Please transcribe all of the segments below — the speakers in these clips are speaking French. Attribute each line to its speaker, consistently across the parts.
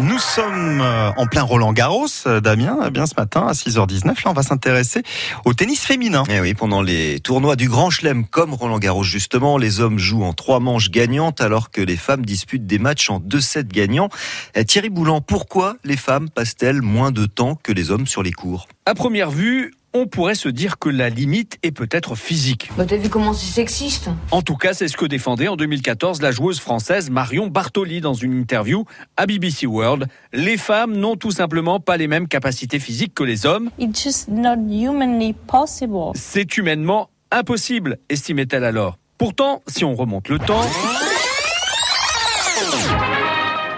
Speaker 1: Nous sommes euh, en plein Roland Garros, Damien, eh bien ce matin à 6h19. Là, on va s'intéresser au tennis féminin.
Speaker 2: Eh oui, pendant les tournois du Grand Chelem, comme Roland Garros justement, les hommes jouent en trois manches gagnantes alors que les femmes disputent des matchs en deux sets gagnants. Eh, Thierry Boulan, pourquoi les femmes passent-elles moins de temps que les hommes sur les cours
Speaker 3: À première vue, on pourrait se dire que la limite est peut-être physique.
Speaker 4: Bah t'as vu comment c'est sexiste
Speaker 3: En tout cas, c'est ce que défendait en 2014 la joueuse française Marion Bartoli dans une interview à BBC World. Les femmes n'ont tout simplement pas les mêmes capacités physiques que les hommes.
Speaker 5: It's just not humanly possible.
Speaker 3: C'est humainement impossible, estimait-elle alors. Pourtant, si on remonte le temps,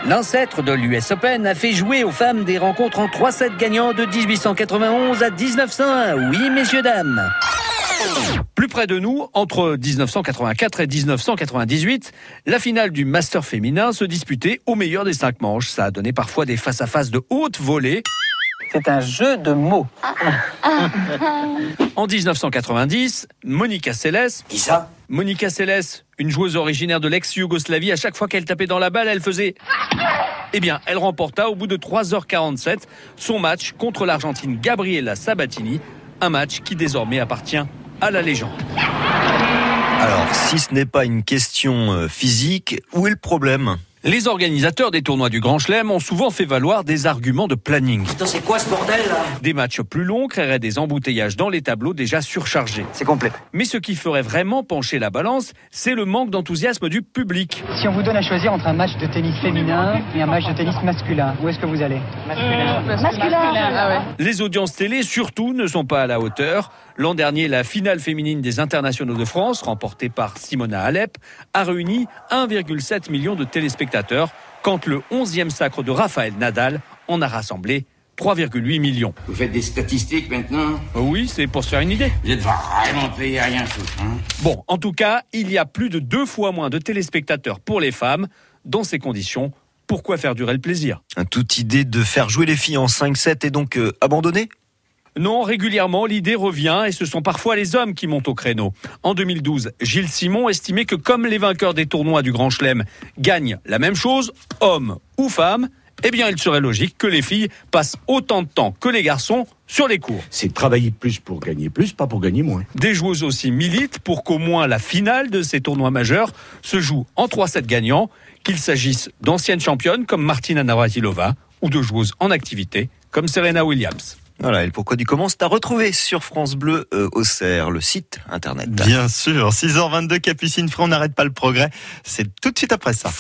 Speaker 6: L'ancêtre de l'US Open a fait jouer aux femmes des rencontres en 3 sets gagnants de 1891 à 1901. Oui, messieurs, dames.
Speaker 3: plus près de nous, entre 1984 et 1998, la finale du Master féminin se disputait au meilleur des cinq manches. Ça a donné parfois des face-à-face de haute volée.
Speaker 6: C'est un jeu de mots.
Speaker 3: En 1990, Monica Seles. Qui ça Monica Seles, une joueuse originaire de l'ex-Yougoslavie, à chaque fois qu'elle tapait dans la balle, elle faisait. Eh bien, elle remporta au bout de 3h47 son match contre l'Argentine Gabriela Sabatini, un match qui désormais appartient à la légende.
Speaker 2: Alors, si ce n'est pas une question euh, physique, où est le problème
Speaker 3: Les organisateurs des tournois du Grand Chelem ont souvent fait valoir des arguments de planning.
Speaker 7: Putain, c'est quoi ce bordel là
Speaker 3: Des matchs plus longs créeraient des embouteillages dans les tableaux déjà surchargés.
Speaker 7: C'est complet.
Speaker 3: Mais ce qui ferait vraiment pencher la balance, c'est le manque d'enthousiasme du public.
Speaker 8: Si on vous donne à choisir entre un match de tennis féminin et un match de tennis masculin, où est-ce que vous allez
Speaker 3: Les audiences télé, surtout, ne sont pas à la hauteur. L'an dernier, la finale féminine des internationaux de France, remportée par Simona Alep, a réuni 1,7 million de téléspectateurs, quand le 11e sacre de Rafael Nadal en a rassemblé 3,8 millions.
Speaker 9: Vous faites des statistiques maintenant
Speaker 3: Euh, Oui, c'est pour se faire une idée.
Speaker 9: Vous êtes vraiment payé à rien foutre, hein
Speaker 3: Bon, en tout cas, il y a plus de deux fois moins de téléspectateurs pour les femmes. Dans ces conditions, pourquoi faire durer le plaisir
Speaker 2: Toute idée de faire jouer les filles en 5-7 est donc euh, abandonnée
Speaker 3: Non, régulièrement, l'idée revient et ce sont parfois les hommes qui montent au créneau. En 2012, Gilles Simon estimait que comme les vainqueurs des tournois du Grand Chelem gagnent la même chose, hommes ou femmes, eh bien, il serait logique que les filles passent autant de temps que les garçons sur les cours.
Speaker 10: c'est travailler plus pour gagner plus, pas pour gagner moins.
Speaker 3: Des joueuses aussi militent pour qu'au moins la finale de ces tournois majeurs se joue en 3-7 gagnants, qu'il s'agisse d'anciennes championnes comme Martina Navratilova ou de joueuses en activité comme Serena Williams.
Speaker 2: Voilà, et le pourquoi du comment, c'est à retrouver sur France Bleu euh, Auxerre, le site internet.
Speaker 1: Bien sûr, 6h22, Capucine Frey, on n'arrête pas le progrès. C'est tout de suite après ça.